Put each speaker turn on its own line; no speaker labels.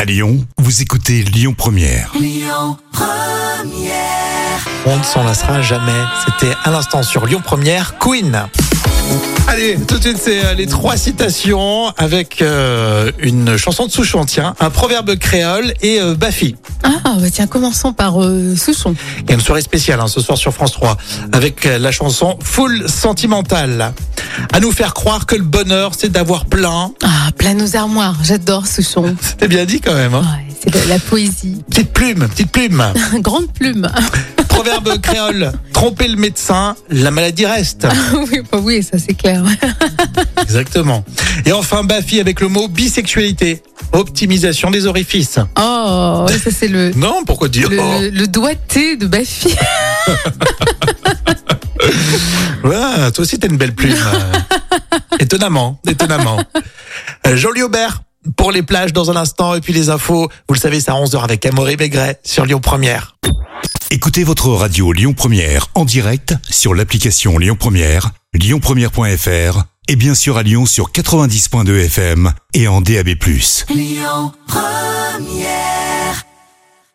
À Lyon, vous écoutez Lyon Première.
On ne s'en lassera jamais. C'était à l'instant sur Lyon Première, Queen. Allez, tout de suite, c'est euh, les trois citations avec euh, une chanson de Souchon, tiens, un proverbe créole et euh, Bafi.
Ah, bah tiens, commençons par euh, Souchon.
Il y a une soirée spéciale hein, ce soir sur France 3 avec euh, la chanson Full Sentimentale. À nous faire croire que le bonheur, c'est d'avoir plein.
Ah, plein nos armoires, j'adore Souchon.
C'était bien dit quand même. hein.
Ouais, c'est de la poésie.
Petite plume, petite plume.
Grande plume.
Proverbe créole, tromper le médecin, la maladie reste.
oui, bah oui, ça c'est clair.
Exactement. Et enfin, Bafi avec le mot bisexualité, optimisation des orifices.
Oh, ouais, ça c'est le,
Non, pourquoi dire
le,
oh
le- le doigté de Baffy.
Ouais, Toi aussi, t'as une belle plume. euh. étonnamment, étonnamment. Euh, Jolie Aubert, pour les plages dans un instant, et puis les infos, vous le savez, c'est à 11h avec Amaury Maigret sur Lyon Première.
Écoutez votre radio Lyon Première en direct sur l'application Lyon Première, lyonpremière.fr et bien sûr à Lyon sur 90.2 FM et en DAB+.